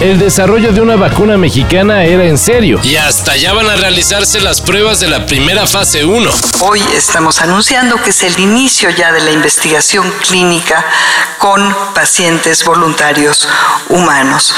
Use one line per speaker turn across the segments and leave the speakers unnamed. El desarrollo de una vacuna mexicana era en serio.
Y hasta ya van a realizarse las pruebas de la primera fase 1.
Hoy estamos anunciando que es el inicio ya de la investigación clínica con pacientes voluntarios humanos.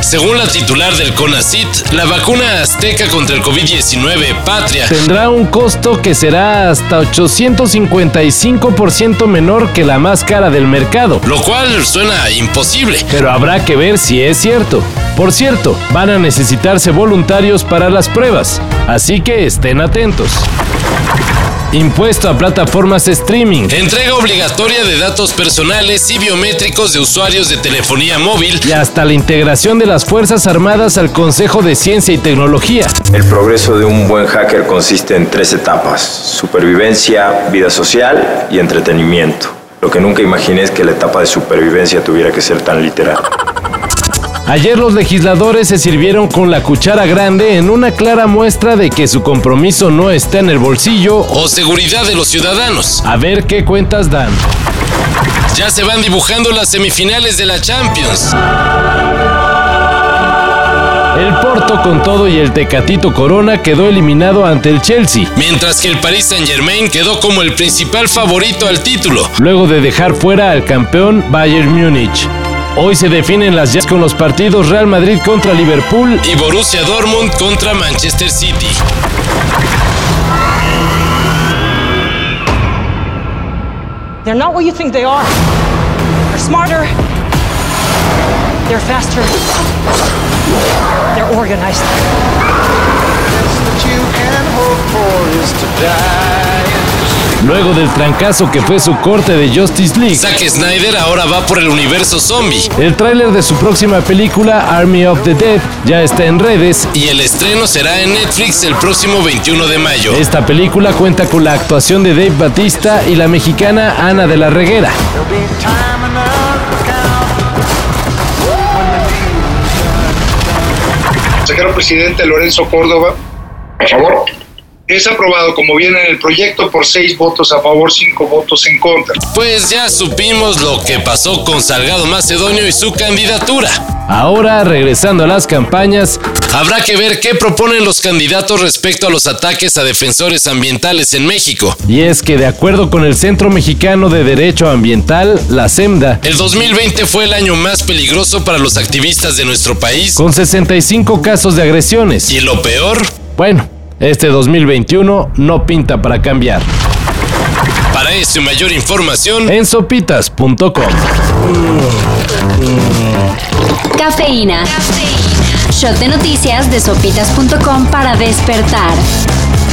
Según la titular del CONACIT, la vacuna azteca contra el COVID-19 Patria
Tendrá un costo que será hasta 855% menor que la más cara del mercado.
Lo cual suena imposible.
Pero habrá que ver si es cierto. Por cierto, van a necesitarse voluntarios para las pruebas, así que estén atentos. Impuesto a plataformas streaming.
Entrega obligatoria de datos personales y biométricos de usuarios de telefonía móvil.
Y hasta la integración de las Fuerzas Armadas al Consejo de Ciencia y Tecnología.
El progreso de un buen hacker consiste en tres etapas. Supervivencia, vida social y entretenimiento. Lo que nunca imaginé es que la etapa de supervivencia tuviera que ser tan literal.
Ayer los legisladores se sirvieron con la cuchara grande en una clara muestra de que su compromiso no está en el bolsillo
o seguridad de los ciudadanos.
A ver qué cuentas dan.
Ya se van dibujando las semifinales de la Champions.
El Porto con todo y el Tecatito Corona quedó eliminado ante el Chelsea,
mientras que el Paris Saint-Germain quedó como el principal favorito al título,
luego de dejar fuera al campeón Bayern Múnich. Hoy se definen las llaves con los partidos Real Madrid contra Liverpool
y Borussia Dortmund contra Manchester City.
They're not what you think they are. They're smarter. They're faster. They're organized.
Luego del trancazo que fue su corte de Justice League,
Zack Snyder ahora va por el universo zombie.
El tráiler de su próxima película, Army of the Dead, ya está en redes
y el estreno será en Netflix el próximo 21 de mayo.
Esta película cuenta con la actuación de Dave Batista y la mexicana Ana de la Reguera.
Secretario presidente Lorenzo Córdoba, por favor es aprobado como viene en el proyecto por seis votos a favor, cinco votos en contra.
Pues ya supimos lo que pasó con Salgado Macedonio y su candidatura.
Ahora, regresando a las campañas,
habrá que ver qué proponen los candidatos respecto a los ataques a defensores ambientales en México.
Y es que de acuerdo con el Centro Mexicano de Derecho Ambiental, la SEMDA,
el 2020 fue el año más peligroso para los activistas de nuestro país,
con 65 casos de agresiones.
Y lo peor,
bueno, este 2021 no pinta para cambiar.
Para eso y mayor información
en sopitas.com.
Cafeína. Cafeína. Shot de noticias de sopitas.com para despertar.